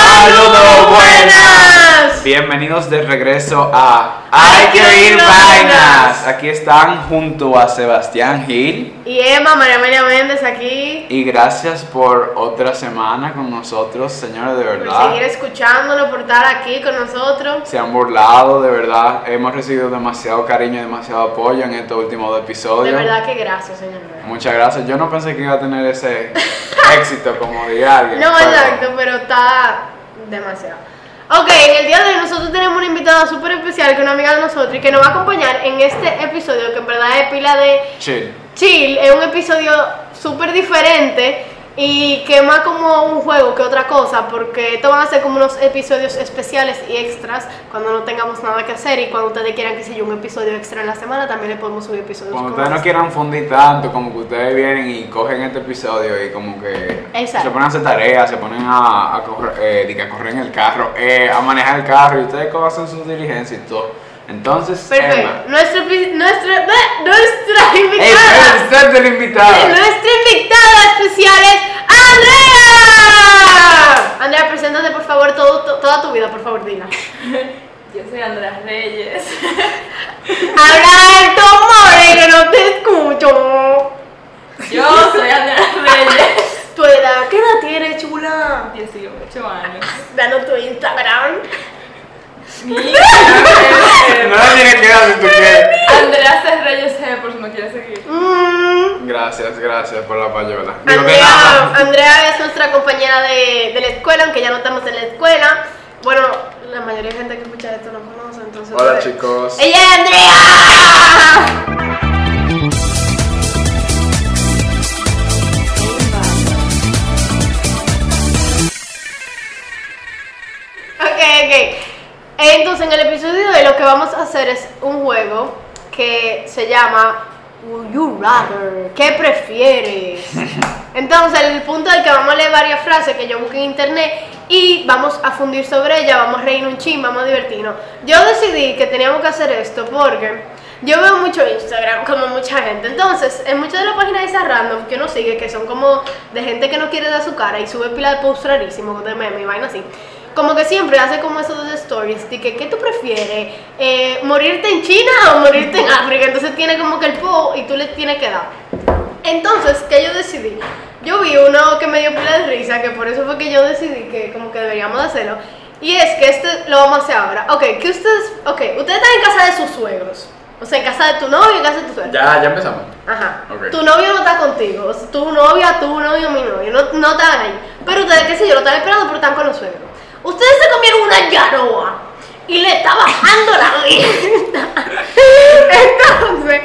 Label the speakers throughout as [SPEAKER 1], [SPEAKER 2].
[SPEAKER 1] ¡Saludos, buenas!
[SPEAKER 2] Bienvenidos de regreso a
[SPEAKER 1] Hay
[SPEAKER 2] Hay
[SPEAKER 1] que
[SPEAKER 2] que oír
[SPEAKER 1] oír vainas.
[SPEAKER 2] vainas. Aquí están junto a Sebastián Gil
[SPEAKER 1] Y Emma, María Amelia Méndez aquí.
[SPEAKER 2] y gracias por otra semana con nosotros, señores, de
[SPEAKER 1] Por seguir
[SPEAKER 2] verdad.
[SPEAKER 1] escuchándonos, por estar aquí con nosotros.
[SPEAKER 2] Se han burlado, de verdad. Hemos recibido demasiado cariño y demasiado apoyo en estos últimos
[SPEAKER 1] De
[SPEAKER 2] episodios.
[SPEAKER 1] verdad que gracias, señor.
[SPEAKER 2] Muchas gracias. Yo no pensé que iba a tener ese éxito como diría alguien.
[SPEAKER 1] No,
[SPEAKER 2] pero-
[SPEAKER 1] exacto, pero está demasiado. Ok, en el día de hoy nosotros tenemos una invitada súper especial, que es una amiga de nosotros y que nos va a acompañar en este episodio, que en verdad es pila de
[SPEAKER 2] Chill.
[SPEAKER 1] chill, es un episodio súper diferente y que más como un juego que otra cosa, porque esto van a ser como unos episodios especiales y extras cuando no tengamos nada que hacer y cuando ustedes quieran que se yo un episodio extra en la semana también le podemos subir episodios.
[SPEAKER 2] Cuando
[SPEAKER 1] como
[SPEAKER 2] ustedes no
[SPEAKER 1] este.
[SPEAKER 2] quieran fundir tanto, como que ustedes vienen y cogen este episodio y como que
[SPEAKER 1] Exacto.
[SPEAKER 2] se ponen a hacer tareas, se ponen a, a correr, eh, di que a correr en el carro, eh, a manejar el carro y ustedes cómo hacen sus diligencias y todo. Entonces, Emma.
[SPEAKER 1] Perfecto. Nuestro, epi- nuestro, ¡Ah! nuestra
[SPEAKER 2] ¡Ey,
[SPEAKER 1] invitada.
[SPEAKER 2] usted es la
[SPEAKER 3] Ah.
[SPEAKER 2] invitada!
[SPEAKER 1] Nuestra invitada especial es Andrea. Andrea, preséntate por favor todo- to- toda tu vida, por favor, dila.
[SPEAKER 3] Yo soy Andrés Reyes.
[SPEAKER 1] Habla alto, more, que no te escucho.
[SPEAKER 3] Yo soy Andrés Reyes.
[SPEAKER 1] ¿Tu edad? ¿Qué edad tienes, chula?
[SPEAKER 3] 18 años.
[SPEAKER 1] Danos tu Instagram.
[SPEAKER 3] Mi Instagram
[SPEAKER 2] No la tienes que dar si tú quieres.
[SPEAKER 3] es Andrea C. Reyes C, por si me quieres seguir.
[SPEAKER 1] Mm.
[SPEAKER 2] Gracias, gracias por la payola. Digo que
[SPEAKER 1] Andrea,
[SPEAKER 2] nada.
[SPEAKER 1] Andrea es nuestra compañera de, de la escuela, aunque ya no estamos en la escuela. Bueno, la mayoría de gente que escucha esto no conoce, entonces.
[SPEAKER 2] Hola
[SPEAKER 1] pues,
[SPEAKER 2] chicos.
[SPEAKER 1] ¡Ella es Andrea! Ok, ok. Entonces, en el episodio de hoy lo que vamos a hacer es un juego que se llama Would You Rather? ¿Qué prefieres? Entonces, el punto del que vamos a leer varias frases que yo busqué en internet y vamos a fundir sobre ella, vamos a reír un chin, vamos a divertirnos. Yo decidí que teníamos que hacer esto porque yo veo mucho Instagram, como mucha gente. Entonces, en muchas de las páginas de esas random que uno sigue, que son como de gente que no quiere dar su cara y sube pila de posts rarísimos de meme y vaina así. Como que siempre hace como esos dos stories de que, ¿qué tú prefieres? Eh, ¿Morirte en China o morirte en África? Entonces tiene como que el po y tú le tienes que dar. Entonces, ¿qué yo decidí? Yo vi uno que me dio pila de risa, que por eso fue que yo decidí que como que deberíamos de hacerlo. Y es que este lo vamos a hacer ahora. Ok, que ustedes, ok, ustedes están en casa de sus suegros. O sea, en casa de tu novio y en casa de tu suegro.
[SPEAKER 2] Ya, ya empezamos.
[SPEAKER 1] Ajá.
[SPEAKER 2] Ok.
[SPEAKER 1] Tu novio no está contigo. O sea, tu novia, tu novio, mi novio. No, no están ahí. Pero ustedes, qué sé yo, lo están esperando pero están con los suegros. Ustedes se comieron una yaroa y le está bajando la vida. Entonces,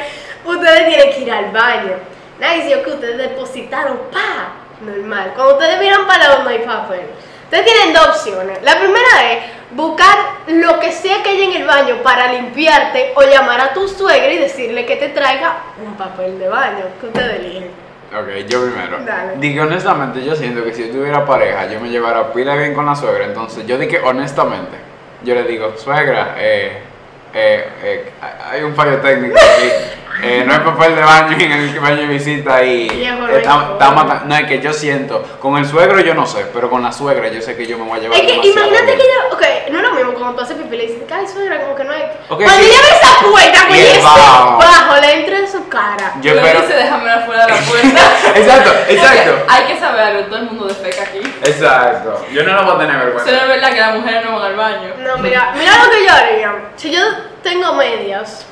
[SPEAKER 1] ustedes tienen que ir al baño. Nadie dice que ustedes depositaron pa. Normal. Cuando ustedes miran para donde hay papel. Ustedes tienen dos opciones. La primera es buscar lo que sea que haya en el baño para limpiarte o llamar a tu suegra y decirle que te traiga un papel de baño que ustedes eligen.
[SPEAKER 2] Ok, yo primero.
[SPEAKER 1] Dale.
[SPEAKER 2] Dije honestamente, yo siento que si yo tuviera pareja, yo me llevara pila bien con la suegra. Entonces, yo dije honestamente, yo le digo, suegra, eh, eh, eh, hay un fallo técnico aquí. Eh, no hay papel de baño en el baño de visita y
[SPEAKER 1] Viejo
[SPEAKER 2] eh, está-
[SPEAKER 1] rico.
[SPEAKER 2] está matan- No, es que yo siento, con el suegro yo no sé, pero con la suegra yo sé que yo me voy a llevar
[SPEAKER 1] Es que
[SPEAKER 2] demasiado
[SPEAKER 1] imagínate
[SPEAKER 2] bien.
[SPEAKER 1] que yo, ok, no es lo mismo cuando tú haces pipí y le dices, ay suegra, como que no hay.
[SPEAKER 2] Ok,
[SPEAKER 1] cuando
[SPEAKER 2] sí.
[SPEAKER 1] ella ve esa puerta,
[SPEAKER 2] Y
[SPEAKER 1] cuando
[SPEAKER 2] el
[SPEAKER 1] ella
[SPEAKER 2] bajo.
[SPEAKER 1] bajo, le entra en su cara.
[SPEAKER 2] Yo
[SPEAKER 3] lo
[SPEAKER 2] espero-
[SPEAKER 3] que hice, déjamela fuera de la puerta.
[SPEAKER 2] Exacto,
[SPEAKER 3] Porque
[SPEAKER 2] exacto.
[SPEAKER 3] Hay que saber algo, todo el mundo defeca aquí.
[SPEAKER 2] Exacto. Yo no lo voy a tener
[SPEAKER 3] Eso
[SPEAKER 2] vergüenza.
[SPEAKER 3] no es verdad que las mujeres no van al baño.
[SPEAKER 1] No, mira, mira lo que yo haría. Si yo tengo medias,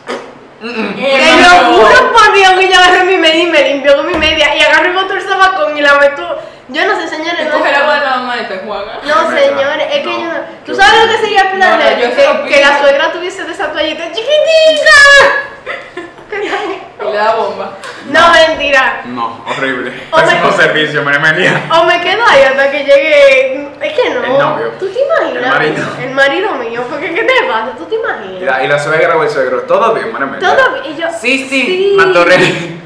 [SPEAKER 3] Eh,
[SPEAKER 1] Que
[SPEAKER 3] no.
[SPEAKER 1] lo juro por Dios que yo agarré mi media y me limpio con mi media y agarré otro zapacón y la meto. Yo no sé, señores.
[SPEAKER 3] Te
[SPEAKER 1] No,
[SPEAKER 3] coge el agua de la mamá y te juega.
[SPEAKER 1] no
[SPEAKER 2] Verdad,
[SPEAKER 1] señores, es que
[SPEAKER 2] no.
[SPEAKER 1] yo no. ¿Tú
[SPEAKER 2] Yo-
[SPEAKER 1] sabes lo que sería plan
[SPEAKER 3] No,
[SPEAKER 1] de
[SPEAKER 3] no, yo
[SPEAKER 1] que,
[SPEAKER 3] opino.
[SPEAKER 1] que la suegra tuviese de esa toallita chiquitica?
[SPEAKER 3] Y le da bomba.
[SPEAKER 1] No, mentira.
[SPEAKER 2] No, horrible.
[SPEAKER 1] Oh my-
[SPEAKER 2] Pésimo servicio, María María.
[SPEAKER 1] O me quedo ahí hasta que llegue. Es que no.
[SPEAKER 2] El novio.
[SPEAKER 1] ¿Tú te imaginas?
[SPEAKER 2] El marido.
[SPEAKER 1] El marido mío, porque ¿qué te pasa? ¿Tú te imaginas?
[SPEAKER 2] Y la, y la suegra o el suegro, todo bien, María María.
[SPEAKER 1] Todo bien. Y yo.
[SPEAKER 2] Sí, sí,
[SPEAKER 1] sí.
[SPEAKER 2] Matorrey.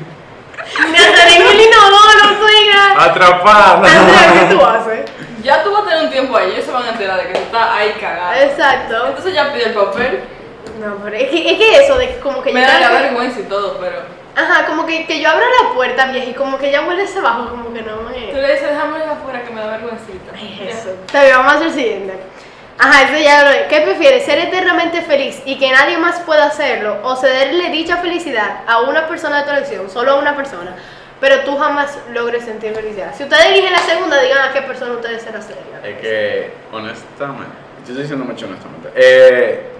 [SPEAKER 1] Me ataré en el inodoro, suegra.
[SPEAKER 2] Ah, Atrapada.
[SPEAKER 1] Andrea, ¿qué tú haces?
[SPEAKER 3] Ya tú vas a tener un tiempo ahí, ellos se van a enterar de que tú estás ahí cagada.
[SPEAKER 1] Exacto.
[SPEAKER 3] Entonces ya pide el papel.
[SPEAKER 1] No, pero es que, es que eso de que como que
[SPEAKER 3] Me
[SPEAKER 1] yo
[SPEAKER 3] da la
[SPEAKER 1] era-
[SPEAKER 3] vergüenza y todo, pero.
[SPEAKER 1] Ajá, como que, que yo abro la puerta, vieja, y como que ya huele ese bajo, como que no me.
[SPEAKER 3] Tú le dices, déjame ir afuera que me da vergüencita.
[SPEAKER 1] Ay, eso. Está bien, vamos a hacer el siguiente. Ajá, este ya lo leí. ¿Qué prefieres? ¿Ser eternamente feliz y que nadie más pueda hacerlo? ¿O cederle dicha felicidad a una persona de tu elección? Solo a una persona. Pero tú jamás logres sentir felicidad. Si ustedes eligen la segunda, digan a qué persona ustedes se la cederían.
[SPEAKER 2] Es que, honestamente, yo estoy diciendo mucho honestamente. Eh,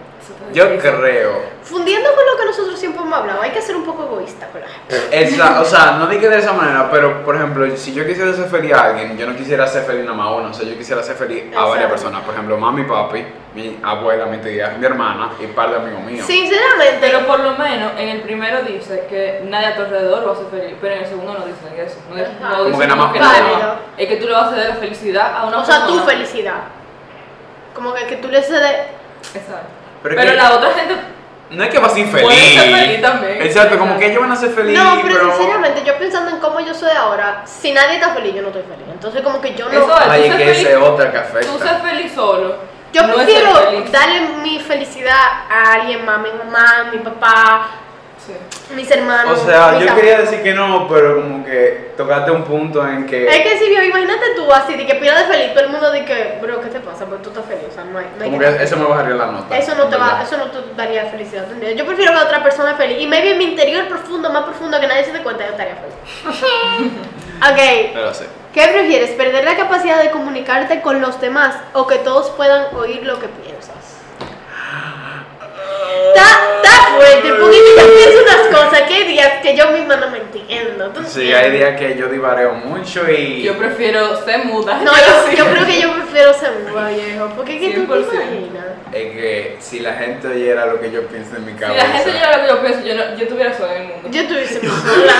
[SPEAKER 2] yo creo,
[SPEAKER 1] Fundiendo con lo que nosotros siempre hemos hablado, hay que ser un poco egoísta con la gente.
[SPEAKER 2] esa, o sea, no dije de esa manera, pero por ejemplo, si yo quisiera ser feliz a alguien, yo no quisiera ser feliz nada más a uno, o sea, yo quisiera ser feliz a
[SPEAKER 1] Exacto.
[SPEAKER 2] varias personas. Por ejemplo, mami, papi, mi abuela, mi tía, mi hermana y un par de amigos míos.
[SPEAKER 1] Sinceramente,
[SPEAKER 3] Pero por lo menos en el primero dice que nadie a tu alrededor va a ser feliz, pero en el segundo no dice eso. No, dice-
[SPEAKER 1] Ajá.
[SPEAKER 3] no dice
[SPEAKER 2] Como que nada más
[SPEAKER 3] nadie.
[SPEAKER 1] válido.
[SPEAKER 3] Es que tú le vas a ceder la felicidad a una
[SPEAKER 1] o sea, tu
[SPEAKER 3] persona.
[SPEAKER 1] felicidad. Como que, que tú le cedes.
[SPEAKER 3] Exacto.
[SPEAKER 2] Pero
[SPEAKER 3] Pero,
[SPEAKER 2] que-
[SPEAKER 3] la otra gente.
[SPEAKER 2] No es que va a ser
[SPEAKER 3] Pueden
[SPEAKER 2] infeliz.
[SPEAKER 3] ser feliz también.
[SPEAKER 2] Exacto, como que ellos van a ser feliz.
[SPEAKER 1] No, pero, sinceramente, yo pensando en cómo yo soy ahora, si nadie está feliz, yo no estoy feliz. Entonces, como que yo no.
[SPEAKER 3] Eso es.
[SPEAKER 2] Ay,
[SPEAKER 3] tú
[SPEAKER 2] es
[SPEAKER 3] ser
[SPEAKER 2] que esa
[SPEAKER 3] feliz-
[SPEAKER 2] es otra que
[SPEAKER 3] Tú ser
[SPEAKER 2] afecta.
[SPEAKER 3] feliz solo.
[SPEAKER 1] Yo
[SPEAKER 3] no es ser
[SPEAKER 1] prefiero
[SPEAKER 3] feliz.
[SPEAKER 1] darle mi felicidad a alguien más, mi mamá, mi papá,
[SPEAKER 3] Sí.
[SPEAKER 1] mis hermanos.
[SPEAKER 2] O sea,
[SPEAKER 1] mis
[SPEAKER 2] yo
[SPEAKER 1] amigos.
[SPEAKER 2] quería decir que no, pero como que tocaste un punto en
[SPEAKER 1] Es
[SPEAKER 2] que.
[SPEAKER 1] que si yo, imagínate tú así, de que pierdes feliz, todo el mundo de que, bro, ¿qué te pasa? Pues tú estás feliz, o sea, no hay, no hay
[SPEAKER 2] Como
[SPEAKER 1] que-
[SPEAKER 2] que eso me bajaría la nota.
[SPEAKER 1] Eso no te va,
[SPEAKER 2] ¿verdad?
[SPEAKER 1] eso no te daría felicidad. ¿entendés? Yo prefiero ver a otra persona feliz. Y maybe en mi interior profundo, más profundo que nadie se dé cuenta, yo estaría feliz. ok,
[SPEAKER 2] Pero sí.
[SPEAKER 1] ¿qué prefieres? ¿Perder la capacidad de comunicarte con los demás o que todos puedan oír lo que piensas? Está está
[SPEAKER 2] Oh,
[SPEAKER 1] fuerte, porque yo pienso unas cosas que hay días que yo misma no me entiendo. ¿tú
[SPEAKER 2] Sí,
[SPEAKER 1] entiendes?
[SPEAKER 2] hay días que yo divareo mucho y.
[SPEAKER 3] Yo prefiero ser muda.
[SPEAKER 1] No, yo, yo creo que yo prefiero ser un viejo, porque ¿qué tú te
[SPEAKER 3] 100%.
[SPEAKER 1] imaginas?
[SPEAKER 2] Es que si la gente oyera lo que yo pienso en mi
[SPEAKER 3] Si
[SPEAKER 2] cabeza.
[SPEAKER 3] la gente llega a lo que yo pienso, yo, no- yo tuviera sola en el mundo.
[SPEAKER 1] Yo estuviese muy sola.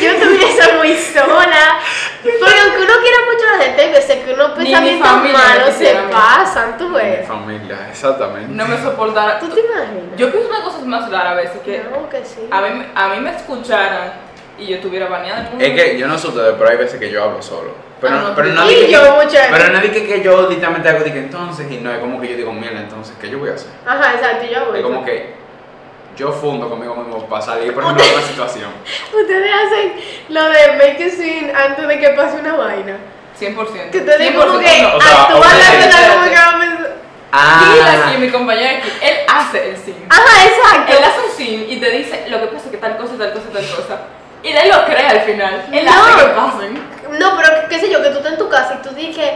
[SPEAKER 1] Yo estuviese muy sola. Porque aunque uno quiera mucho a la gente, hay veces que unos
[SPEAKER 3] Ni mi
[SPEAKER 1] pensamientos
[SPEAKER 3] familia me
[SPEAKER 1] malos se
[SPEAKER 3] quisiera a mí.
[SPEAKER 1] pasan, tú
[SPEAKER 2] Mi
[SPEAKER 1] ves.
[SPEAKER 2] familia, exactamente.
[SPEAKER 3] No me soportara.
[SPEAKER 1] ¿Tú te imaginas?
[SPEAKER 3] Yo pienso unas cosas más raras a veces que
[SPEAKER 1] No, que sí.
[SPEAKER 3] a mí, a mí me escucharan y yo estuviera baneada del mundo.
[SPEAKER 2] Es que yo no sé ustedes, pero hay veces que yo hablo solo. Pero,
[SPEAKER 3] Ah, no,
[SPEAKER 2] pero
[SPEAKER 3] sí.
[SPEAKER 2] nadie
[SPEAKER 1] Y
[SPEAKER 2] que
[SPEAKER 1] yo muchas veces.
[SPEAKER 2] Pero nadie que, que yo directamente hago de que entonces y no es como que yo digo, mierda, entonces, ¿qué yo voy a hacer?
[SPEAKER 1] Ajá, exacto, yo voy.
[SPEAKER 2] Es como que yo fundo conmigo mismo para salir, por ejemplo, de una situación.
[SPEAKER 1] Ustedes hacen lo de make a scene antes de que pase una vaina.
[SPEAKER 3] 100%.
[SPEAKER 1] Que ustedes como
[SPEAKER 3] 100%.
[SPEAKER 1] que
[SPEAKER 2] no, o sea,
[SPEAKER 1] actúan la
[SPEAKER 2] obviamente.
[SPEAKER 1] verdad como que van a pensar- Ah.
[SPEAKER 2] Ah,
[SPEAKER 3] Mira aquí, mi compañero aquí, él hace el sim.
[SPEAKER 1] Ajá, exacto.
[SPEAKER 3] Él hace un sim y te dice lo que pasa, que tal cosa, tal cosa, tal cosa. Y él lo cree al final. Él
[SPEAKER 1] No.
[SPEAKER 3] hace que pasen.
[SPEAKER 1] No, pero qué sé yo, que tú estás en tu casa y tú dices,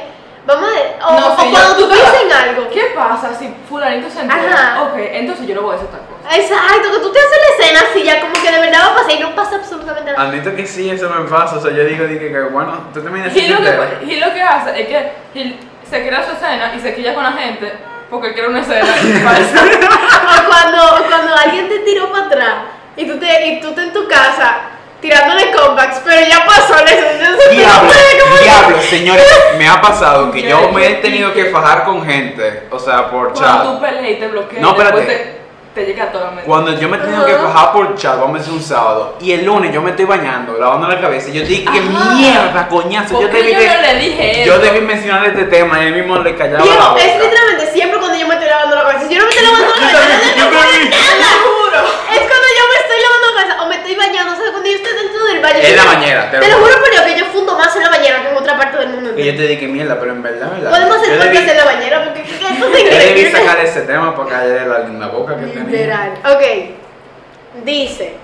[SPEAKER 1] vamos a. O,
[SPEAKER 3] No,
[SPEAKER 1] o
[SPEAKER 3] sí, yo-
[SPEAKER 1] cuando tú
[SPEAKER 3] tú te vas-
[SPEAKER 1] dicen algo.
[SPEAKER 3] ¿Qué pasa si fulanito se
[SPEAKER 1] Ajá.
[SPEAKER 3] entera? Ok, entonces yo no voy a hacer tal cosa.
[SPEAKER 1] Exacto, que tú te haces la escena así ya como que de verdad va a pasar y no pasa absolutamente nada.
[SPEAKER 2] Admito que sí, eso me pasa. O sea, yo digo, dije que bueno, tú también
[SPEAKER 3] Y lo,
[SPEAKER 2] entero.
[SPEAKER 3] que, y lo que hace es que Gil se crea su escena y se quilla con la gente porque él crea una escena falsa.
[SPEAKER 1] O cuando, o cuando alguien te tiró para atrás y tú te, y tú te en tu casa tirándole comebacks, pero ya pasó la escena. entonces tú no
[SPEAKER 2] Diablo,
[SPEAKER 1] puedes como-
[SPEAKER 2] diablo, señores, me ha pasado que yo
[SPEAKER 3] Yo-
[SPEAKER 2] me he tenido que fajar con gente, o sea, por
[SPEAKER 3] Cuando tú
[SPEAKER 2] chat.
[SPEAKER 3] peleas y te bloqueas,
[SPEAKER 2] No, espérate.
[SPEAKER 3] después te, te llega a toda la mente.
[SPEAKER 2] Cuando yo me he tenido que
[SPEAKER 1] Ajá.
[SPEAKER 2] fajar por chat, vamos a decir un sábado, y el lunes yo me estoy bañando, lavando la cabeza, y yo dije, que
[SPEAKER 3] Ajá.
[SPEAKER 2] mierda, coñazo, yo
[SPEAKER 3] Porque
[SPEAKER 2] debí,
[SPEAKER 3] yo
[SPEAKER 2] de-
[SPEAKER 3] no le dije
[SPEAKER 2] yo
[SPEAKER 3] eso.
[SPEAKER 2] debí mencionar este tema, y él mismo le callaba la
[SPEAKER 1] Viejo,
[SPEAKER 2] boca.
[SPEAKER 1] es literalmente siempre cuando yo me estoy lavando la cabeza. Si yo no me estoy lavando la
[SPEAKER 2] Yo
[SPEAKER 1] cabeza,
[SPEAKER 2] también, yo también.
[SPEAKER 1] es cuando yo me estoy lavando la cabeza o me estoy bañando. O sea, cuando yo estoy dentro del baño.
[SPEAKER 2] Es
[SPEAKER 1] yo-
[SPEAKER 2] la bañera, te
[SPEAKER 1] Te
[SPEAKER 2] lo
[SPEAKER 1] lo juro por Dios que yo fundo más en la bañera que en otra parte del mundo.
[SPEAKER 2] Y
[SPEAKER 1] entero.
[SPEAKER 2] yo te dije, mierda, pero en verdad, ¿verdad?
[SPEAKER 1] Podemos hacer
[SPEAKER 2] yo debí,
[SPEAKER 1] podcast en la bañera porque ¿qué- qué- esto es
[SPEAKER 2] yo debí
[SPEAKER 1] increíble.
[SPEAKER 2] sacar ese tema para callarle la linda boca que tenía.
[SPEAKER 1] Literal. Ok. Dice,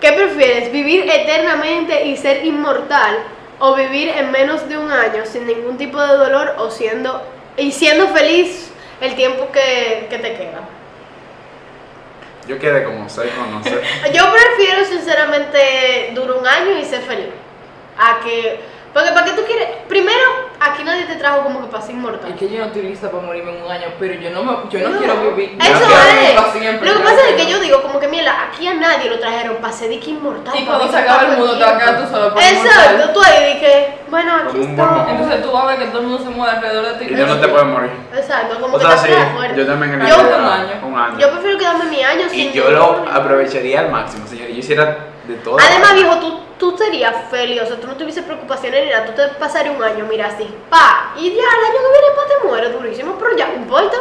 [SPEAKER 1] ¿qué prefieres? ¿Vivir eternamente y ser inmortal o vivir en menos de un año sin ningún tipo de dolor o siendo y siendo feliz el tiempo que, que te queda?
[SPEAKER 2] Yo quedé como seis con no sé.
[SPEAKER 1] Yo prefiero sinceramente durar un año y ser feliz. A que porque para qué tú quieres, primero aquí nadie te trajo como que para ser inmortal.
[SPEAKER 3] Es que yo no estoy lista para morirme en un año, pero yo no, me- yo no,
[SPEAKER 1] No.
[SPEAKER 3] quiero vivir. yo
[SPEAKER 1] Eso
[SPEAKER 3] no quiero
[SPEAKER 1] es.
[SPEAKER 3] vivir pa' siempre,
[SPEAKER 1] Lo que
[SPEAKER 3] yo
[SPEAKER 1] pasa es
[SPEAKER 3] quiero.
[SPEAKER 1] que yo digo, como que mira, aquí a nadie lo trajeron para ser de que inmortal.
[SPEAKER 3] Y
[SPEAKER 1] pa'
[SPEAKER 3] cuando se
[SPEAKER 1] vivir
[SPEAKER 3] acaba el
[SPEAKER 1] tanto
[SPEAKER 3] mundo, te vas a quedar
[SPEAKER 1] tiempo.
[SPEAKER 3] tú solo. por
[SPEAKER 1] Exacto,
[SPEAKER 3] mortal.
[SPEAKER 1] tú ahí dije, bueno, aquí
[SPEAKER 2] Como un mormón.
[SPEAKER 1] estoy.
[SPEAKER 3] Entonces tú vas a ver que todo el mundo se mueve alrededor de ti.
[SPEAKER 2] Y tú no te puedes morir.
[SPEAKER 1] Exacto, como
[SPEAKER 2] O
[SPEAKER 1] que
[SPEAKER 2] sea,
[SPEAKER 1] te
[SPEAKER 2] sí,
[SPEAKER 1] quedas fuerte.
[SPEAKER 2] yo también
[SPEAKER 1] Yo,
[SPEAKER 2] ganaría
[SPEAKER 3] un año.
[SPEAKER 2] Un año.
[SPEAKER 1] yo prefiero quedarme mi año
[SPEAKER 2] y
[SPEAKER 1] sin
[SPEAKER 2] yo lo
[SPEAKER 1] dolor.
[SPEAKER 2] aprovecharía al máximo, señor. Yo hiciera de todo.
[SPEAKER 1] Además, viejo, tú, tú serías feliz, o sea, tú no tuvieses preocupaciones ni nada, tú te pasarías un año, mira, así, pa, y ya, el año que viene, pa, te mueres durísimo, pero ya, no importa.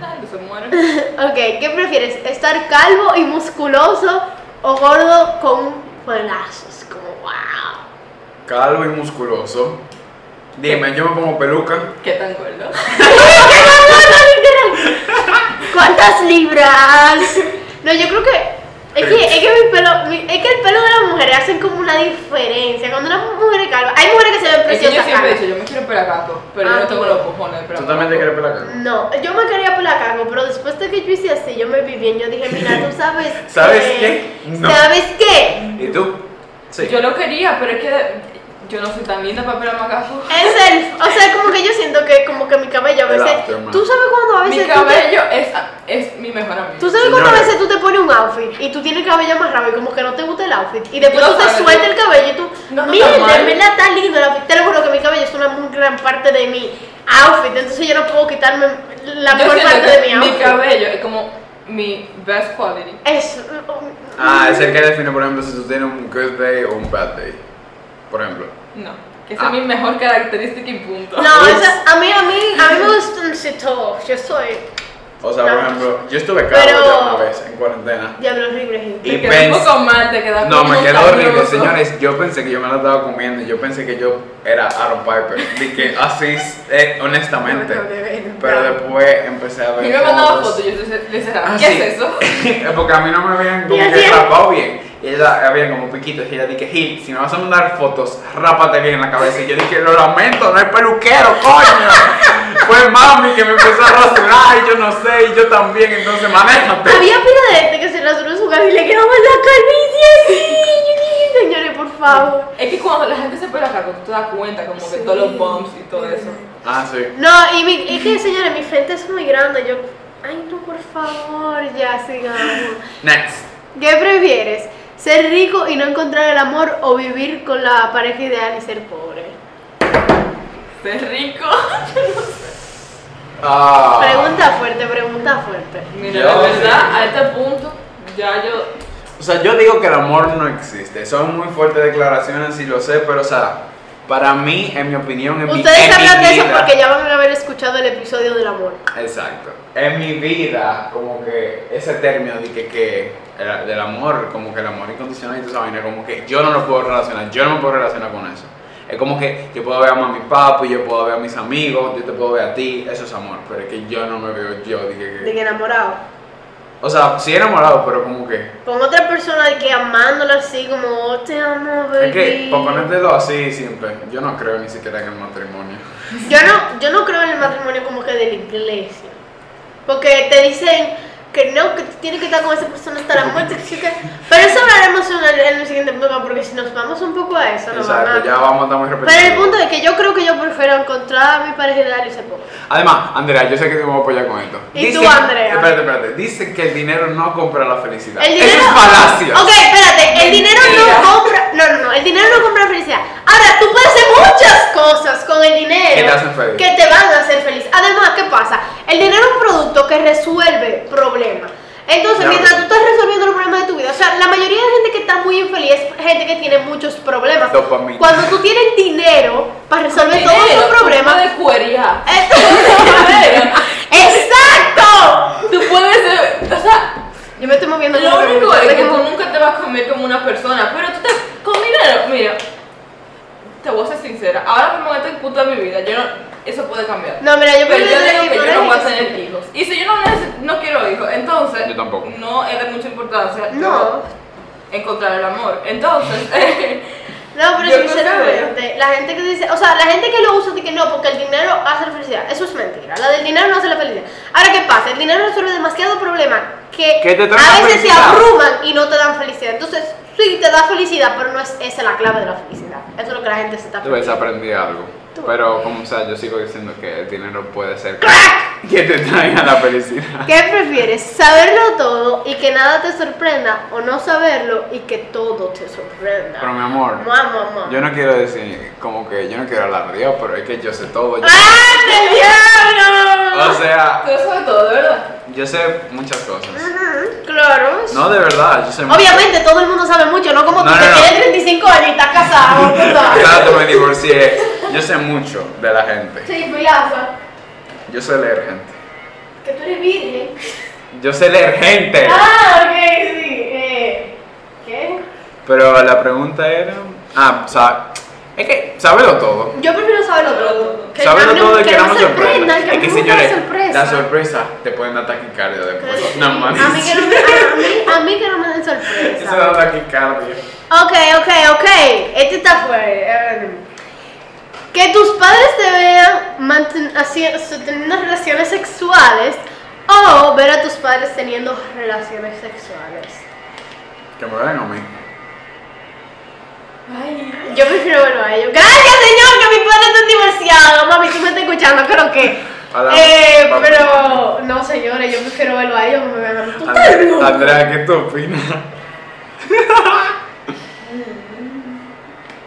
[SPEAKER 3] Ay, que se muere.
[SPEAKER 1] Ok, ¿qué prefieres? ¿Estar calvo y musculoso o gordo con pelazos, como wow.
[SPEAKER 2] Calvo y musculoso. Dime, yo me pongo peluca.
[SPEAKER 3] ¿Qué tan gordo?
[SPEAKER 1] ¿Cuántas libras? No, yo creo que es que, es que mi pelo, mi- es que el pelo de las mujeres hacen como una diferencia. Cuando una mujer es calva, hay mujeres que se ven
[SPEAKER 3] Es que yo
[SPEAKER 1] preciosas
[SPEAKER 3] siempre he
[SPEAKER 1] calvas.
[SPEAKER 3] dicho, yo me quiero pelar caco, pero
[SPEAKER 1] Ah,
[SPEAKER 3] yo no tengo
[SPEAKER 1] tú.
[SPEAKER 3] los cojones de pelar
[SPEAKER 2] ¿Tú también te
[SPEAKER 3] caco.
[SPEAKER 2] quieres pelar calvo?
[SPEAKER 1] No, yo me quería por la cago, pero después de que yo hice así, yo me vi bien. Yo dije, mira, tú sabes.
[SPEAKER 2] ¿Sabes qué? No.
[SPEAKER 1] ¿Sabes qué?
[SPEAKER 2] ¿Y tú? Sí.
[SPEAKER 3] Yo lo quería, pero es que yo no soy tan linda para pelar caco.
[SPEAKER 1] Es el, o sea, como que yo siento que como que mi cabello a
[SPEAKER 2] El
[SPEAKER 1] veces,
[SPEAKER 2] aftermath.
[SPEAKER 1] tú sabes cuando a
[SPEAKER 3] Mi
[SPEAKER 1] veces tú te,
[SPEAKER 3] cabello es, es mi mejor amigo.
[SPEAKER 1] tú sabes cuando a
[SPEAKER 2] Señores.
[SPEAKER 1] veces tú te pones un outfit y tú tienes el cabello amarrado y como que no te gusta el outfit y después
[SPEAKER 3] Tú
[SPEAKER 1] tú
[SPEAKER 3] lo
[SPEAKER 1] te
[SPEAKER 3] sabes,
[SPEAKER 1] sueltas
[SPEAKER 3] tú-
[SPEAKER 1] el cabello y tú,
[SPEAKER 3] No, no
[SPEAKER 1] mira,
[SPEAKER 3] está mal.
[SPEAKER 1] en verdad está lindo el outfit. Te lo juro que mi cabello es una muy gran parte de mi outfit, entonces yo no puedo quitarme la
[SPEAKER 3] Yo
[SPEAKER 1] peor
[SPEAKER 3] siento
[SPEAKER 1] parte
[SPEAKER 3] que
[SPEAKER 1] de mi outfit.
[SPEAKER 3] cabello es como mi best quality.
[SPEAKER 1] es
[SPEAKER 2] Ah, es el que define, por ejemplo, si tú tienes un good day o un bad day. Por ejemplo.
[SPEAKER 3] No, que esa
[SPEAKER 2] Ah.
[SPEAKER 3] es mi mejor característica y punto.
[SPEAKER 1] No,
[SPEAKER 2] Ups.
[SPEAKER 1] esa- a mí a mí a mí me gusta un sitio. Yo soy
[SPEAKER 2] O sea, por
[SPEAKER 1] Claro.
[SPEAKER 2] ejemplo, yo estuve calvo
[SPEAKER 1] Ah. Pero-
[SPEAKER 2] ya una vez en cuarentena.
[SPEAKER 1] diablo horrible. gente.
[SPEAKER 2] Y
[SPEAKER 3] Te quedó
[SPEAKER 2] pens-
[SPEAKER 3] un poco mal, te quedó
[SPEAKER 2] No, me quedó horrible,
[SPEAKER 3] horrible,
[SPEAKER 2] señores. Yo pensé que yo me la estaba comiendo. Yo pensé que yo era Aaron Piper. Dije, así, es, eh, honestamente. Pero después empecé a
[SPEAKER 3] Y
[SPEAKER 2] ver.
[SPEAKER 3] me mandaba
[SPEAKER 2] fotos.
[SPEAKER 3] fotos y yo le- le
[SPEAKER 2] Ah,
[SPEAKER 3] cerraba. ¿Qué
[SPEAKER 2] sí.
[SPEAKER 3] es eso?
[SPEAKER 2] Porque a mí no me habían como
[SPEAKER 1] Y
[SPEAKER 2] que
[SPEAKER 1] así es.
[SPEAKER 2] rapado bien. Y ella había como piquitos. Y ella dije, Gil, si me vas a mandar fotos, rápate bien en la cabeza. Y yo dije, lo lamento, no hay peluquero, coño. Fue mami que me empezó a rasurar. Y yo no sé, y yo también. Entonces, manéjate.
[SPEAKER 1] Había pila de gente que se rasuró su cabello y le quedaba la calvicie así. Yo dije, Señores, por favor.
[SPEAKER 3] Es que cuando la gente se pela caco, tú te das cuenta como que
[SPEAKER 1] Ah. Sí.
[SPEAKER 3] todos los bumps y todo eso.
[SPEAKER 2] Ah, sí.
[SPEAKER 1] No, y mi, es que señores, mi frente es muy grande. Yo, ay no, por favor, ya sigamos.
[SPEAKER 2] Next.
[SPEAKER 1] ¿Qué prefieres? ¿Ser rico y no encontrar el amor o vivir con la pareja ideal y ser pobre?
[SPEAKER 3] ¿Ser rico?
[SPEAKER 2] Ah.
[SPEAKER 1] Pregunta fuerte, pregunta fuerte.
[SPEAKER 3] Mira,
[SPEAKER 2] Yo
[SPEAKER 3] la
[SPEAKER 2] sí.
[SPEAKER 3] verdad, a este punto, ya yo...
[SPEAKER 2] O sea, yo digo que el amor no existe. Son muy fuertes declaraciones y lo sé, pero o sea, para mí, en mi opinión, en mi- en
[SPEAKER 1] Ustedes
[SPEAKER 2] mi
[SPEAKER 1] hablan de eso
[SPEAKER 2] vida-
[SPEAKER 1] porque ya van a haber escuchado el episodio del amor.
[SPEAKER 2] Exacto. En mi vida, como que ese término de que, que el- del amor, como que el amor incondicional y toda esa vaina, como que yo no lo puedo relacionar, yo no me puedo relacionar con eso. Es como que yo puedo ver a mi papi, yo puedo ver a mis amigos, yo te puedo ver a ti, eso es amor, pero es que yo no me veo yo, de que-
[SPEAKER 1] De
[SPEAKER 2] que-
[SPEAKER 1] que enamorado.
[SPEAKER 2] O sea, sí enamorado, pero como que...
[SPEAKER 1] Con otra persona de que amándola así como "Oh, te amo, baby.
[SPEAKER 2] Es que, por ponértelo así simple, yo no creo ni siquiera en el matrimonio.
[SPEAKER 1] Yo no, yo no creo en el matrimonio como que de la iglesia. Porque te dicen que no, que tú tienes que estar con esa persona hasta la muerte. que sí que- Pero eso hablaremos en el, en el siguiente programa, porque si nos vamos un poco a eso, nos van a-
[SPEAKER 2] Exacto, ya vamos a estar muy repetidos.
[SPEAKER 1] Pero el punto es que yo creo que yo prefiero encontrar a mi pareja ideal y ser pobre.
[SPEAKER 2] Además, Andrea, yo sé que te voy a apoyar con esto.
[SPEAKER 1] ¿Y tú, Andrea?
[SPEAKER 2] Espérate, espérate. Dicen que el dinero no compra la felicidad.
[SPEAKER 1] El dinero.
[SPEAKER 2] Eso es falacia.
[SPEAKER 1] Ok, espérate. El dinero
[SPEAKER 3] Mentira.
[SPEAKER 1] no compra. No, no, no. El dinero no compra felicidad. Ahora, tú puedes hacer muchas cosas con el dinero.
[SPEAKER 2] Que te hacen feliz.
[SPEAKER 1] que te van a hacer feliz. Además, ¿qué pasa? El dinero es un producto que resuelve problemas. Entonces,
[SPEAKER 2] Claro.
[SPEAKER 1] mientras tú estás resolviendo los problemas de tu vida, o sea, la mayoría de gente que está muy infeliz es gente que tiene muchos problemas.
[SPEAKER 2] Dopamina.
[SPEAKER 1] Cuando tú tienes dinero para resolver todos
[SPEAKER 3] Dinero,
[SPEAKER 1] tus problemas.
[SPEAKER 3] Tú puedes cuerear.
[SPEAKER 1] ¡Exacto!
[SPEAKER 3] Tú puedes... eh, O sea...
[SPEAKER 1] Yo me estoy moviendo.
[SPEAKER 3] Lo
[SPEAKER 1] como-
[SPEAKER 3] único es que tú
[SPEAKER 1] como-
[SPEAKER 3] nunca te vas a comer como una persona, pero tú te. Con dinero, mira. Te voy a ser sincera. Ahora mismo en este punto de mi vida, yo no. Eso puede cambiar.
[SPEAKER 1] No, mira, yo
[SPEAKER 3] pero yo
[SPEAKER 1] prefiero tener
[SPEAKER 3] digo que yo no voy a
[SPEAKER 1] hijos.
[SPEAKER 3] tener hijos. Y si yo no, neces- no quiero hijos, entonces.
[SPEAKER 2] Yo tampoco.
[SPEAKER 3] No es de mucha importancia.
[SPEAKER 1] No,
[SPEAKER 3] Encontrar el amor. Entonces. eh,
[SPEAKER 1] no, pero
[SPEAKER 3] Yo ¿eh?
[SPEAKER 1] sinceramente, la gente que dice, o sea, la gente que lo usa dice que no, porque el dinero hace la felicidad. Eso es mentira. La del dinero no hace la felicidad. Ahora, ¿qué pasa? El dinero resuelve demasiado problemas que,
[SPEAKER 2] Que te traen
[SPEAKER 1] a
[SPEAKER 2] la
[SPEAKER 1] veces te
[SPEAKER 2] felicidad.
[SPEAKER 1] abruman y no te dan felicidad. Entonces, sí te da felicidad, pero no es esa la clave de la felicidad. Eso es lo que la gente se está
[SPEAKER 2] Tú ves, aprendí algo.
[SPEAKER 1] Tú.
[SPEAKER 2] Pero, como sea, yo sigo diciendo que el dinero puede ser que te traiga la felicidad.
[SPEAKER 1] ¿Qué prefieres? ¿Saberlo todo y que nada te sorprenda o no saberlo y que todo te sorprenda?
[SPEAKER 2] Pero, mi amor,
[SPEAKER 1] Mua, mua, mua.
[SPEAKER 2] yo no quiero decir, como que yo no quiero hablar de Dios, pero es que yo sé todo. Yo-
[SPEAKER 1] ¡Ah, te diablo!
[SPEAKER 2] O sea,
[SPEAKER 3] Tú sabes todo, de verdad.
[SPEAKER 2] yo sé muchas cosas.
[SPEAKER 1] Ujú, Claro.
[SPEAKER 2] No, de verdad, yo sé muchas-
[SPEAKER 1] Obviamente todo el mundo sabe mucho, no como tú
[SPEAKER 2] No,
[SPEAKER 1] que
[SPEAKER 2] no, no.
[SPEAKER 1] tienes 35 años y estás casado, tú sabes.
[SPEAKER 2] Claro, me divorcié. Yo sé mucho de la gente.
[SPEAKER 1] Sí, Pilaza,
[SPEAKER 2] Yo sé leer gente.
[SPEAKER 1] que tú eres virgen.
[SPEAKER 2] Yo sé leer gente.
[SPEAKER 1] Ah, ok, sí. eh,
[SPEAKER 2] Pero la pregunta era. Ah, o sea, es que saberlo todo.
[SPEAKER 1] Yo prefiero saberlo todo. Que
[SPEAKER 2] Saberlo
[SPEAKER 1] no-
[SPEAKER 2] todo de que
[SPEAKER 1] no
[SPEAKER 2] era
[SPEAKER 1] me
[SPEAKER 2] una
[SPEAKER 1] sorprenda,
[SPEAKER 2] sorpresa.
[SPEAKER 1] que no
[SPEAKER 2] Es que
[SPEAKER 1] me gusta
[SPEAKER 2] señores,
[SPEAKER 1] la
[SPEAKER 2] la
[SPEAKER 1] sorpresa.
[SPEAKER 2] sorpresa te pueden dar taquicardia después.
[SPEAKER 1] Que-
[SPEAKER 2] No
[SPEAKER 1] a mí
[SPEAKER 2] mames.
[SPEAKER 1] que no me, a mí, a mí que no me den
[SPEAKER 2] Eso da
[SPEAKER 1] sorpresa.
[SPEAKER 2] taquicardia.
[SPEAKER 1] Ok, ok, ok. Este está fuerte. eh, Que tus padres te vean manten- haci- so- teniendo relaciones sexuales o ver a tus padres teniendo relaciones sexuales.
[SPEAKER 2] Que me vean a mí.
[SPEAKER 3] Ay.
[SPEAKER 1] Yo prefiero verlo a ellos. Gracias, señor, que mi padre está divorciado. Mami, tú me estás escuchando, creo que.
[SPEAKER 2] Hola,
[SPEAKER 1] Eh,
[SPEAKER 2] papi.
[SPEAKER 1] pero no, señores, yo prefiero verlo a ellos. Me van a ¿Tú estás
[SPEAKER 2] Andrea-
[SPEAKER 1] loco?
[SPEAKER 2] Andrea, ¿qué tú opinas?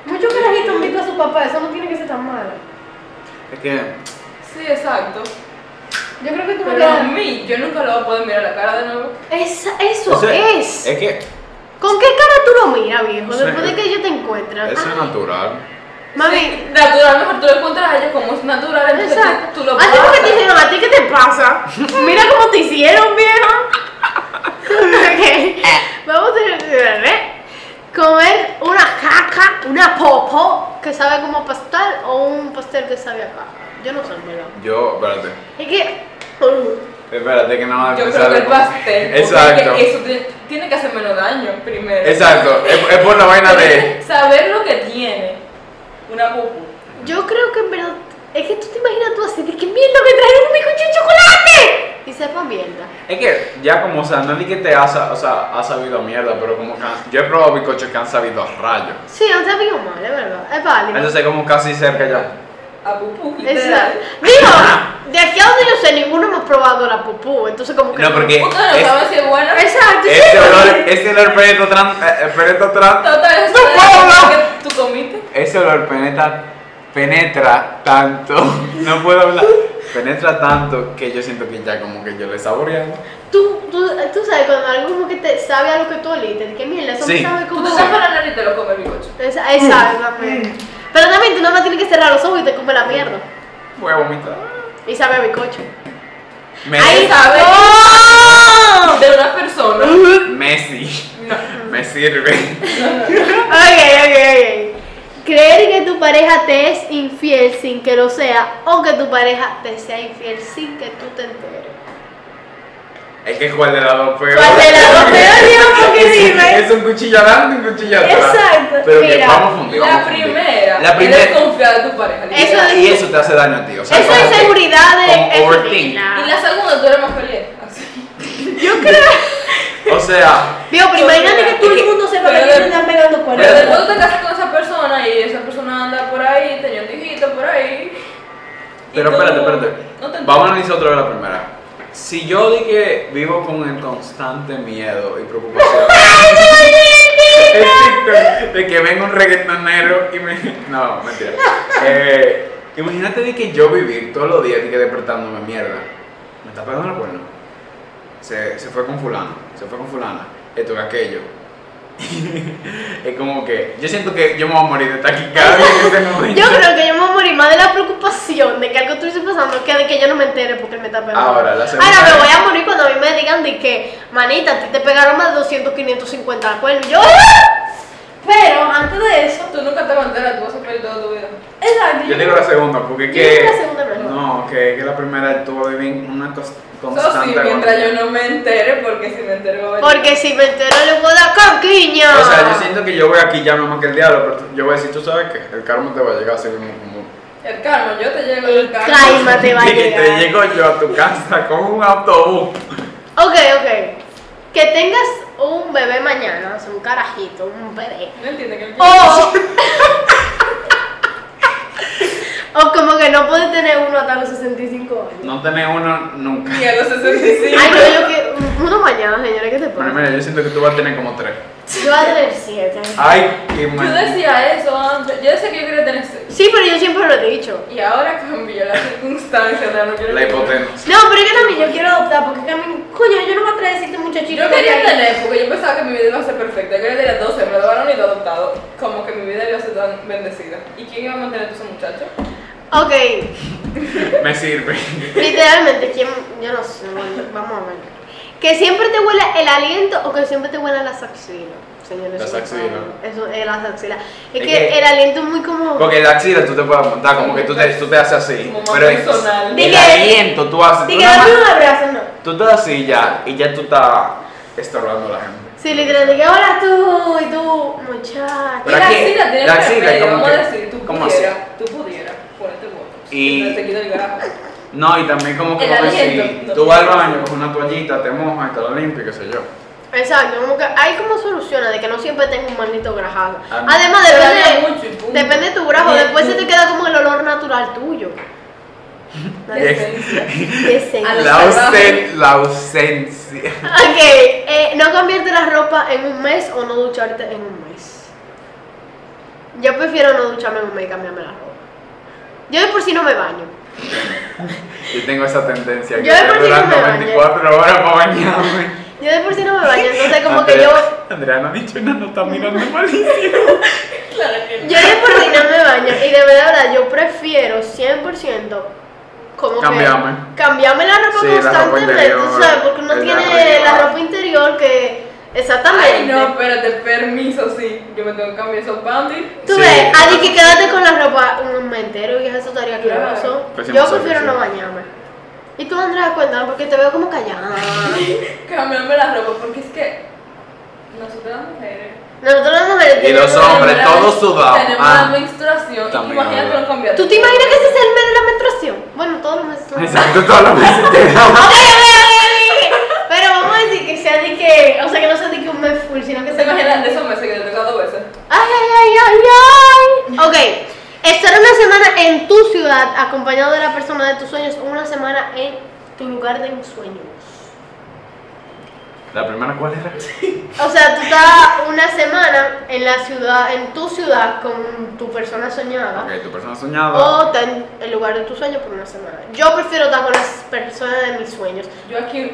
[SPEAKER 1] Mucho carajito invito a su papá, eso no tiene que ser tan malo.
[SPEAKER 2] Es que.
[SPEAKER 3] Sí, exacto.
[SPEAKER 1] Yo creo que tú me
[SPEAKER 3] Pero a
[SPEAKER 1] quedas.
[SPEAKER 3] mí, yo nunca lo voy a poder mirar la cara de nuevo.
[SPEAKER 1] Esa- eso
[SPEAKER 2] eso
[SPEAKER 1] es.
[SPEAKER 2] Es que
[SPEAKER 1] ¿Con qué cara tú lo miras, viejo?
[SPEAKER 2] No sé.
[SPEAKER 1] Después de que ellos te encuentran.
[SPEAKER 2] eso
[SPEAKER 1] Ay,
[SPEAKER 2] es natural.
[SPEAKER 1] Mami,
[SPEAKER 3] Sí, natural, mejor tú lo encuentras a ella como es natural, entonces
[SPEAKER 1] exacto.
[SPEAKER 3] tú, tú lo
[SPEAKER 1] ¿A ti por qué te
[SPEAKER 3] pasas.
[SPEAKER 1] hicieron? ¿A ti qué te pasa? Mira cómo te hicieron, viejo. ok. Vamos a terminar, ¿eh? Comer una caca, una popo que sabe como pastel o un pastel que sabe a caca. Yo no sé, en ¿verdad?
[SPEAKER 2] Yo, espérate.
[SPEAKER 1] Es que. uh,
[SPEAKER 2] Espérate que nada más
[SPEAKER 3] Yo creo
[SPEAKER 2] pensaba
[SPEAKER 3] que el
[SPEAKER 2] como-
[SPEAKER 3] pastel. porque
[SPEAKER 2] pues Exacto.
[SPEAKER 3] es que eso te- tiene que hacer menos daño primero.
[SPEAKER 2] Exacto. Es, es por la vaina de.
[SPEAKER 3] Tienes que Saber lo que tiene una pupu.
[SPEAKER 1] Yo creo que en verdad. Es que tú te imaginas tú así, de que mierda me trajeron mi coche de chocolate. Y sepa mierda.
[SPEAKER 2] Es que ya como, o sea, no es de que te ha, sa- o sea, ha sabido a mierda, pero como que han- yo he probado bizcochos que han sabido a rayos.
[SPEAKER 1] Sí, han sabido mal, es verdad. Es válido.
[SPEAKER 2] Entonces es como casi cerca ya.
[SPEAKER 3] A pupu. literal.
[SPEAKER 1] Exacto. Digo, de aquí a donde yo sé, ninguno hemos probado la popó, entonces como que...
[SPEAKER 2] No, porque
[SPEAKER 3] Ustedes no
[SPEAKER 2] es-
[SPEAKER 3] saben si es bueno.
[SPEAKER 1] Exacto, sí,
[SPEAKER 2] Ese olor,
[SPEAKER 1] porque-
[SPEAKER 2] ese olor penetra tran- eh, eh, penetra tran-
[SPEAKER 3] Total, eso
[SPEAKER 2] No
[SPEAKER 3] es
[SPEAKER 2] puedo
[SPEAKER 3] lo
[SPEAKER 2] hablar.
[SPEAKER 3] que tú comiste.
[SPEAKER 2] Ese olor penetra, penetra tanto. No puedo hablar. Penetra tanto que yo siento que ya como que yo le saboreando.
[SPEAKER 1] Tú, tú, tú sabes, cuando algo como que te sabe a lo que tú oliste, de que mira, eso me
[SPEAKER 2] Sí.
[SPEAKER 1] sabe
[SPEAKER 3] Tú Mm.
[SPEAKER 1] como...
[SPEAKER 3] te das para la nariz y te lo come mi coche.
[SPEAKER 1] Esa- Exactamente. Pero también tú nada más tienes que cerrar los ojos y te come la mierda.
[SPEAKER 2] Voy a vomitar.
[SPEAKER 1] Y sabe a bizcocho.
[SPEAKER 2] Messi.
[SPEAKER 3] sabe.
[SPEAKER 1] ¡No!
[SPEAKER 3] De una persona. No,
[SPEAKER 2] Messi.
[SPEAKER 3] no,
[SPEAKER 2] Me sirve.
[SPEAKER 3] no.
[SPEAKER 1] Ok, ok, ok. Creer que tu pareja te es infiel sin que lo sea o que tu pareja te sea infiel sin que tú te enteres.
[SPEAKER 2] Es que cuál de las dos peor.
[SPEAKER 1] ¿Cuál de las dos peor, Dios? Porque
[SPEAKER 2] Es-
[SPEAKER 1] dime.
[SPEAKER 2] Es un cuchillo adelante y un cuchillo atrás.
[SPEAKER 1] Exacto.
[SPEAKER 2] Pero que
[SPEAKER 1] Mira,
[SPEAKER 2] vamos a fundir. vamos
[SPEAKER 3] La
[SPEAKER 2] a fundir.
[SPEAKER 3] primera.
[SPEAKER 2] La primera.
[SPEAKER 3] Es desconfiar de tu pareja.
[SPEAKER 1] Eso
[SPEAKER 3] literal.
[SPEAKER 1] es-
[SPEAKER 2] Y eso te hace daño a ti. O sea,
[SPEAKER 1] Eso
[SPEAKER 2] como
[SPEAKER 1] es
[SPEAKER 2] que-
[SPEAKER 1] seguridad de...
[SPEAKER 2] como
[SPEAKER 1] eso es
[SPEAKER 2] overthink.
[SPEAKER 1] vida.
[SPEAKER 3] Y la segunda, tú eres más feliz. Así.
[SPEAKER 1] Yo creo.
[SPEAKER 2] O sea,
[SPEAKER 1] Digo, pero imagínate que todo el mundo sepa que a
[SPEAKER 3] Pero
[SPEAKER 1] ti te
[SPEAKER 3] de-
[SPEAKER 1] están pegando
[SPEAKER 3] Pero
[SPEAKER 1] cuernos.
[SPEAKER 3] después tú te casas con esa persona y esa persona anda por ahí, tenía un hijito por ahí. y
[SPEAKER 2] pero
[SPEAKER 3] tú
[SPEAKER 2] espérate, espérate.
[SPEAKER 3] No te
[SPEAKER 2] Vamos a analizar otra vez la primera. Si yo di que vivo con el constante miedo y preocupación. Exacto, de que venga un reggaetonero y me. No, mentira. Eh, imagínate de que yo vivir todos los días de que despertándome mierda. Me está pegando la cuerno. Se, se fue con fulano, se fue con fulana, esto que aquello. es como que yo siento que yo me voy a morir de taquicardia en este momento.
[SPEAKER 1] Yo creo que yo me voy a morir más de la preocupación de que algo estuviese pasando que de que yo no me entere porque él me está pegando.
[SPEAKER 2] Ahora, la segunda
[SPEAKER 1] Ahora, me
[SPEAKER 2] es-
[SPEAKER 1] voy a morir cuando a mí me digan de que, manita, a ti te pegaron más de 200, 550 cuernos. Yo. ¡ah! Pero antes de eso.
[SPEAKER 3] Tú nunca te vas a enterar, tú vas a sufrir toda tu vida.
[SPEAKER 1] Exacto.
[SPEAKER 2] Yo digo la segunda, porque
[SPEAKER 1] Yo
[SPEAKER 2] que.
[SPEAKER 1] digo la segunda mejor.
[SPEAKER 2] No, que, que la primera tuvo bien una cos-
[SPEAKER 3] Eso sí,
[SPEAKER 2] constante.
[SPEAKER 3] mientras yo no me entere, porque si me entero, voy a-
[SPEAKER 1] Porque si me entero, le puedo dar conquiña.
[SPEAKER 2] O sea, yo siento que yo voy aquí ya más que el diablo, pero tú- yo voy a decir, tú sabes que el karma te va a llegar así mismo como.
[SPEAKER 3] El karma, yo te llego el karma.
[SPEAKER 1] Calma, te va a
[SPEAKER 2] Y que te
[SPEAKER 1] llegar.
[SPEAKER 2] llego yo a tu casa con un autobús.
[SPEAKER 1] Ok, ok. Que tengas un bebé mañana, o sea, un carajito, un bebé.
[SPEAKER 3] No entiende que el
[SPEAKER 1] O, o como que no puedes tener uno hasta los 65 años.
[SPEAKER 2] No tenés uno nunca.
[SPEAKER 3] Ni a los 65.
[SPEAKER 1] Ay, no, yo que. Uno mañana, señores, ¿qué te
[SPEAKER 2] Bueno,
[SPEAKER 1] pasa?
[SPEAKER 2] mira, yo siento que tú vas a tener como tres.
[SPEAKER 1] Yo voy a tener 7.
[SPEAKER 2] Ay, qué
[SPEAKER 3] Yo
[SPEAKER 2] mal.
[SPEAKER 3] decía eso antes. Yo decía que yo quería tener sexo.
[SPEAKER 1] Sí, pero yo siempre lo he dicho.
[SPEAKER 3] Y ahora cambió la circunstancia. ya No quiero
[SPEAKER 2] La
[SPEAKER 3] tener.
[SPEAKER 2] hipotenusa.
[SPEAKER 1] No, pero es que también yo quiero adoptar porque es que a mí, coño, yo no voy a traer siete muchachitos.
[SPEAKER 3] Yo quería
[SPEAKER 1] porque-
[SPEAKER 3] tener, porque yo pensaba que mi vida iba a ser perfecta. Yo quería tener 12, me lo daban y lo adoptado. Como que mi vida iba a ser tan bendecida. ¿Y quién iba a mantener a esos muchachos?
[SPEAKER 1] Ok,
[SPEAKER 2] Me sirve.
[SPEAKER 1] literalmente, ¿quién? Yo no sé, bueno, vamos a ver. Que siempre te huela el aliento o que siempre te huelan las axilas. señores.
[SPEAKER 2] Las
[SPEAKER 1] eso no
[SPEAKER 2] axilas.
[SPEAKER 1] saben. Eso es las axilas. Es,
[SPEAKER 2] Es
[SPEAKER 1] que,
[SPEAKER 2] que-
[SPEAKER 1] el aliento es muy como.
[SPEAKER 2] Porque la axila tú te puedes montar, como que tú te, tú te haces así.
[SPEAKER 3] Como más
[SPEAKER 2] Pero el,
[SPEAKER 3] personal.
[SPEAKER 2] el
[SPEAKER 1] Dije-
[SPEAKER 2] aliento tú haces. Tú,
[SPEAKER 1] Dije,
[SPEAKER 2] nada
[SPEAKER 1] dame
[SPEAKER 2] Ah, más-
[SPEAKER 1] un abrazo, no.
[SPEAKER 2] tú estás así ya y ya tú estás estorbando a la gente.
[SPEAKER 1] Sí, literal, dije, hola tú, y tú, muchacha.
[SPEAKER 2] Pero
[SPEAKER 3] la
[SPEAKER 2] aquí-
[SPEAKER 3] axila tiene
[SPEAKER 2] la
[SPEAKER 3] que
[SPEAKER 2] axila
[SPEAKER 3] remedio,
[SPEAKER 2] como
[SPEAKER 3] vamos a
[SPEAKER 2] que-
[SPEAKER 3] decir, tú
[SPEAKER 2] ¿cómo así?
[SPEAKER 3] pudieras, tú pudieras ponerte botox.
[SPEAKER 2] Y-
[SPEAKER 3] Entonces te quito el grajo.
[SPEAKER 2] No, y también como que,
[SPEAKER 3] El
[SPEAKER 2] como que
[SPEAKER 3] aliento.
[SPEAKER 2] si tú vas al baño, con una toallita, te mojas y te la limpias, qué sé yo.
[SPEAKER 1] Exacto, como que hay como soluciones de que no siempre tengo un maldito grajado.
[SPEAKER 2] Ah, no.
[SPEAKER 1] Además,
[SPEAKER 3] Pero
[SPEAKER 1] depende,
[SPEAKER 3] daña mucho y punto.
[SPEAKER 1] depende de tu grajo,
[SPEAKER 3] Bien.
[SPEAKER 1] después se te queda como el olor natural tuyo.
[SPEAKER 3] Qué esencia.
[SPEAKER 1] Qué señor.
[SPEAKER 3] A los
[SPEAKER 2] La,
[SPEAKER 3] salvajes.
[SPEAKER 2] ausen- la ausencia.
[SPEAKER 1] Ok, eh, no cambiarte la ropa en un mes o no ducharte en un mes. Yo prefiero no ducharme en un mes y cambiarme la ropa. Yo de por sí no me baño.
[SPEAKER 2] Yo tengo esa tendencia que
[SPEAKER 1] Yo de por
[SPEAKER 2] estoy
[SPEAKER 1] sí
[SPEAKER 2] durando
[SPEAKER 1] no me baño.
[SPEAKER 2] 24 horas para bañarme.
[SPEAKER 1] Yo de por sí no me baño, entonces como que yo,
[SPEAKER 2] Andrea- Andrea no ha dicho nada, no está mirando malísimo.
[SPEAKER 3] Claro que
[SPEAKER 1] yo de por sí no me baño y de verdad, verdad, yo prefiero 100% como
[SPEAKER 2] Cambiarme.
[SPEAKER 1] que cambiarme la ropa
[SPEAKER 2] Sí, la ropa
[SPEAKER 1] constantemente,
[SPEAKER 2] interior,
[SPEAKER 1] tú ¿sabes? Porque uno
[SPEAKER 2] el
[SPEAKER 1] tiene
[SPEAKER 2] arreglo.
[SPEAKER 1] la ropa interior que exactamente.
[SPEAKER 3] Ay, no, espérate, permiso, sí. Yo me tengo que cambiar esos panties.
[SPEAKER 1] Tú
[SPEAKER 2] Sí.
[SPEAKER 1] ves, Adi, que quédate con la ropa un mes entero, vieja, eso estaría
[SPEAKER 3] Claro.
[SPEAKER 1] asqueroso.
[SPEAKER 2] Pues sí,
[SPEAKER 1] Yo
[SPEAKER 2] no sé,
[SPEAKER 1] prefiero
[SPEAKER 2] sí.
[SPEAKER 1] no bañarme. Y tú, Andrea, cuéntame, porque te veo como callada.
[SPEAKER 3] Cambiarme la ropa, porque es que nosotras las mujeres.
[SPEAKER 1] Nosotros las mujeres
[SPEAKER 2] Y los
[SPEAKER 1] tenemos-
[SPEAKER 2] hombres,
[SPEAKER 3] tenemos la-
[SPEAKER 2] todos sudados.
[SPEAKER 3] Tenemos
[SPEAKER 2] Ah.
[SPEAKER 3] la menstruación.
[SPEAKER 2] También,
[SPEAKER 3] imagínate
[SPEAKER 2] ¿verdad?
[SPEAKER 3] lo cambiar.
[SPEAKER 1] ¿Tú te imaginas que ese es el mes de la menstruación? Bueno, todos los meses son-
[SPEAKER 2] Exacto, todos los meses te
[SPEAKER 1] Ok,
[SPEAKER 2] damos.
[SPEAKER 1] ok, ok, ok. Pero vamos a decir que sea de que, o sea, que no sea de que un mes full, sino que
[SPEAKER 3] ¿Te
[SPEAKER 1] sea
[SPEAKER 3] imaginas de esos meses que te he tocado dos veces?
[SPEAKER 1] Ay, ay, ay, ay, ay. Ok. Estar una semana en tu ciudad acompañado de la persona de tus sueños o una semana en tu lugar de ensueños.
[SPEAKER 2] ¿La primera cuál era?
[SPEAKER 1] O sea, tú estás una semana en la ciudad, en tu ciudad con tu persona soñada.
[SPEAKER 2] Ok, tu persona soñada.
[SPEAKER 1] O estás en el lugar de tus sueños por una semana. Yo prefiero estar con las personas de mis sueños.
[SPEAKER 3] Yo aquí.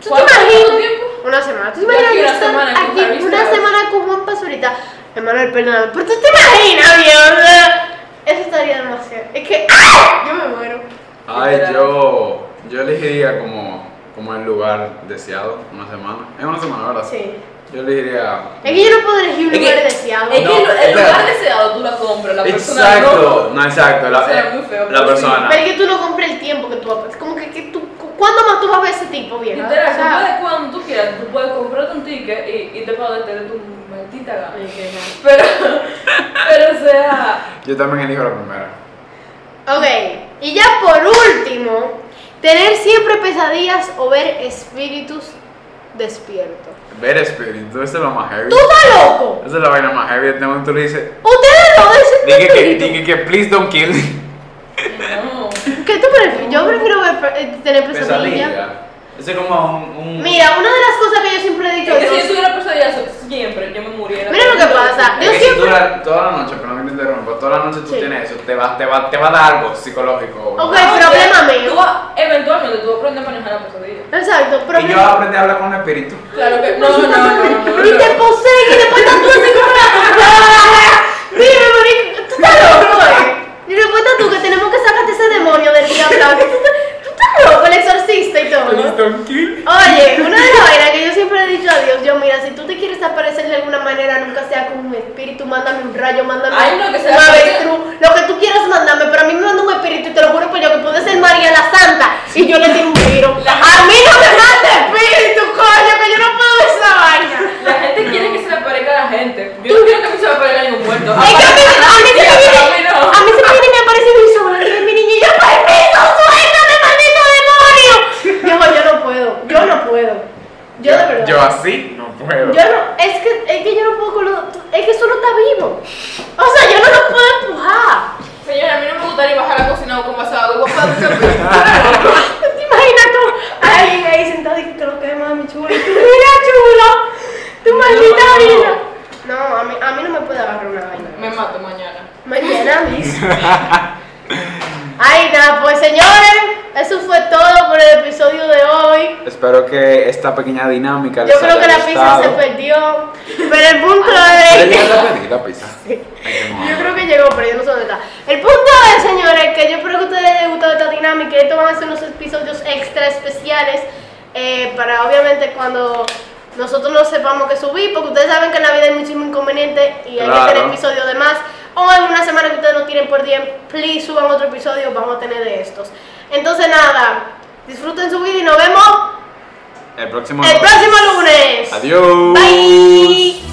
[SPEAKER 1] ¿Tú te
[SPEAKER 3] ¿Cuánto cuánto
[SPEAKER 1] imaginas?
[SPEAKER 3] tiempo?
[SPEAKER 1] Una semana. ¿Tú te
[SPEAKER 3] Yo
[SPEAKER 1] imaginas
[SPEAKER 3] aquí
[SPEAKER 1] yo
[SPEAKER 3] una
[SPEAKER 1] estar
[SPEAKER 3] semana con
[SPEAKER 1] aquí
[SPEAKER 3] Javi
[SPEAKER 1] una
[SPEAKER 3] Strauss.
[SPEAKER 1] semana con Juan Pazurita? Hermano, perdóname. Pero tú te imaginas, mierda. Eso estaría demasiado. Es que. ¡ah! Yo me muero.
[SPEAKER 2] Ay, yo. Yo elegiría como, como el lugar deseado, una semana. Es una semana, ¿verdad?
[SPEAKER 1] Sí.
[SPEAKER 2] Yo elegiría.
[SPEAKER 1] Es que yo no puedo elegir un
[SPEAKER 2] Es que-
[SPEAKER 1] lugar deseado.
[SPEAKER 3] Es
[SPEAKER 2] No,
[SPEAKER 3] que el- el lugar
[SPEAKER 2] espérate.
[SPEAKER 3] deseado tú la compras, la persona
[SPEAKER 2] Exacto,
[SPEAKER 3] no.
[SPEAKER 2] no, exacto. La, eh,
[SPEAKER 3] Será muy feo,
[SPEAKER 2] la
[SPEAKER 3] pero
[SPEAKER 2] persona.
[SPEAKER 1] Pero es que tú no compras el tiempo que tú vas Es como que, que tú. ¿Cuándo más tú vas a ver ese tipo, bien?
[SPEAKER 3] Literal, tú puedes cuando tú quieras, tú puedes comprarte un ticket y, y te pagas de tu maldita gana. Pero, pero o sea,
[SPEAKER 2] Yo también elijo la primera.
[SPEAKER 1] Ok, y ya por último, tener siempre pesadillas o ver espíritus despiertos.
[SPEAKER 2] Ver espíritu, eso es lo más heavy.
[SPEAKER 1] ¡Tú estás loco!
[SPEAKER 2] Esa es la vaina más heavy. Tengo tú le dices.
[SPEAKER 1] Ustedes no dicen
[SPEAKER 2] Dije que,
[SPEAKER 1] espíritu.
[SPEAKER 2] dije que, please don't kill me.
[SPEAKER 3] no.
[SPEAKER 1] ¿Qué tú prefieres? Yo prefiero ver pe- eh, tener pesadillas.
[SPEAKER 2] Eso es como un. un-
[SPEAKER 1] Mira, una de las cosas que yo siempre he dicho
[SPEAKER 3] Es que si yo
[SPEAKER 1] es...
[SPEAKER 3] tuviera pesadillas siempre, yo me muriera.
[SPEAKER 1] Mira lo que pasa,
[SPEAKER 2] Es
[SPEAKER 1] yo
[SPEAKER 2] que si
[SPEAKER 1] siempre-
[SPEAKER 2] tú la- toda la noche, perdón que te interrumpa, toda la noche tú
[SPEAKER 1] Sí.
[SPEAKER 2] tienes eso, te va, te, va, te va a dar algo psicológico.
[SPEAKER 1] Ok. el problema mío.
[SPEAKER 3] Tú vas- eventualmente tú vas a aprender a manejar la pesadilla.
[SPEAKER 1] Exacto, pero...
[SPEAKER 2] Y yo aprendí a hablar con el espíritu.
[SPEAKER 3] Claro que no, no, no, no. no,
[SPEAKER 1] Y te posee y después estás tú así como una... Dime, marico, tú estás loco, eh. Y respuesta tú que tenemos que sacarte ese demonio del diablo. que Tú estás- tú estás loco, el exorcista y todo.
[SPEAKER 2] Please don't kill me.
[SPEAKER 1] Oye, una de las vainas que yo siempre he dicho a Dios, yo mira, si tú te quieres aparecer de alguna manera, nunca sea con un espíritu, mándame un rayo, mándame
[SPEAKER 3] Ay, no, que sea
[SPEAKER 1] un
[SPEAKER 3] con-
[SPEAKER 1] avestruz, lo que tú quieras mándame, pero a mí me manda un espíritu y te lo juro por yo que puede ser María la Santa y yo le tiro un tiro.
[SPEAKER 3] La-
[SPEAKER 1] A mí no me manda espíritu, coño, que yo no puedo ver esa vaina.
[SPEAKER 3] La gente quiere que se le aparezca a la gente. Yo no quiero que a mí se me aparezca ningún muerto.
[SPEAKER 1] Es que a mí, a mí se me viene,
[SPEAKER 3] Aparece- a mí no.
[SPEAKER 1] a mí se me viene y me aparece mi sobrino y mi niño y yo, permiso, suéltame, maldito demonio. Yo, yo no puedo, yo no puedo. Yo de verdad.
[SPEAKER 2] Yo así no puedo.
[SPEAKER 1] Yo no, es que, es que yo no puedo con lo, es que eso no está vivo. O sea, yo no lo puedo empujar.
[SPEAKER 3] Señora, a mí no me gustaría bajar a la cocina con vaso de agua. Voy a poner un sorpresa.
[SPEAKER 1] ¿Te imaginas tú? Alguien ahí sentado y que te lo cae mami chulo. Y tú, mira chulo, tu maldita
[SPEAKER 3] No.
[SPEAKER 1] vida. No, a mí, a mí no me puede agarrar una
[SPEAKER 3] Me
[SPEAKER 1] vaina.
[SPEAKER 3] mato mañana.
[SPEAKER 1] Mañana mismo. Ay, nada, pues señores, eso fue todo por el episodio de hoy.
[SPEAKER 2] Espero que esta pequeña dinámica
[SPEAKER 1] Yo creo que la pizza se perdió, pero el punto es...
[SPEAKER 2] la pizza.
[SPEAKER 1] Yo creo que llegó, pero yo no sé dónde está. El punto es, señores, que yo espero que a ustedes les haya gustado esta dinámica. Estos van a ser unos episodios extra especiales eh, para, obviamente, cuando nosotros no sepamos qué subir, porque ustedes saben que en la vida hay muchísimo inconveniente y hay
[SPEAKER 2] Claro.
[SPEAKER 1] que tener episodio de más. O en una semana que ustedes no tienen por día, please suban otro episodio, vamos a tener de estos. Entonces nada, disfruten su vida y nos vemos
[SPEAKER 2] El próximo.
[SPEAKER 1] el próximo lunes.
[SPEAKER 2] Adiós.
[SPEAKER 1] Bye.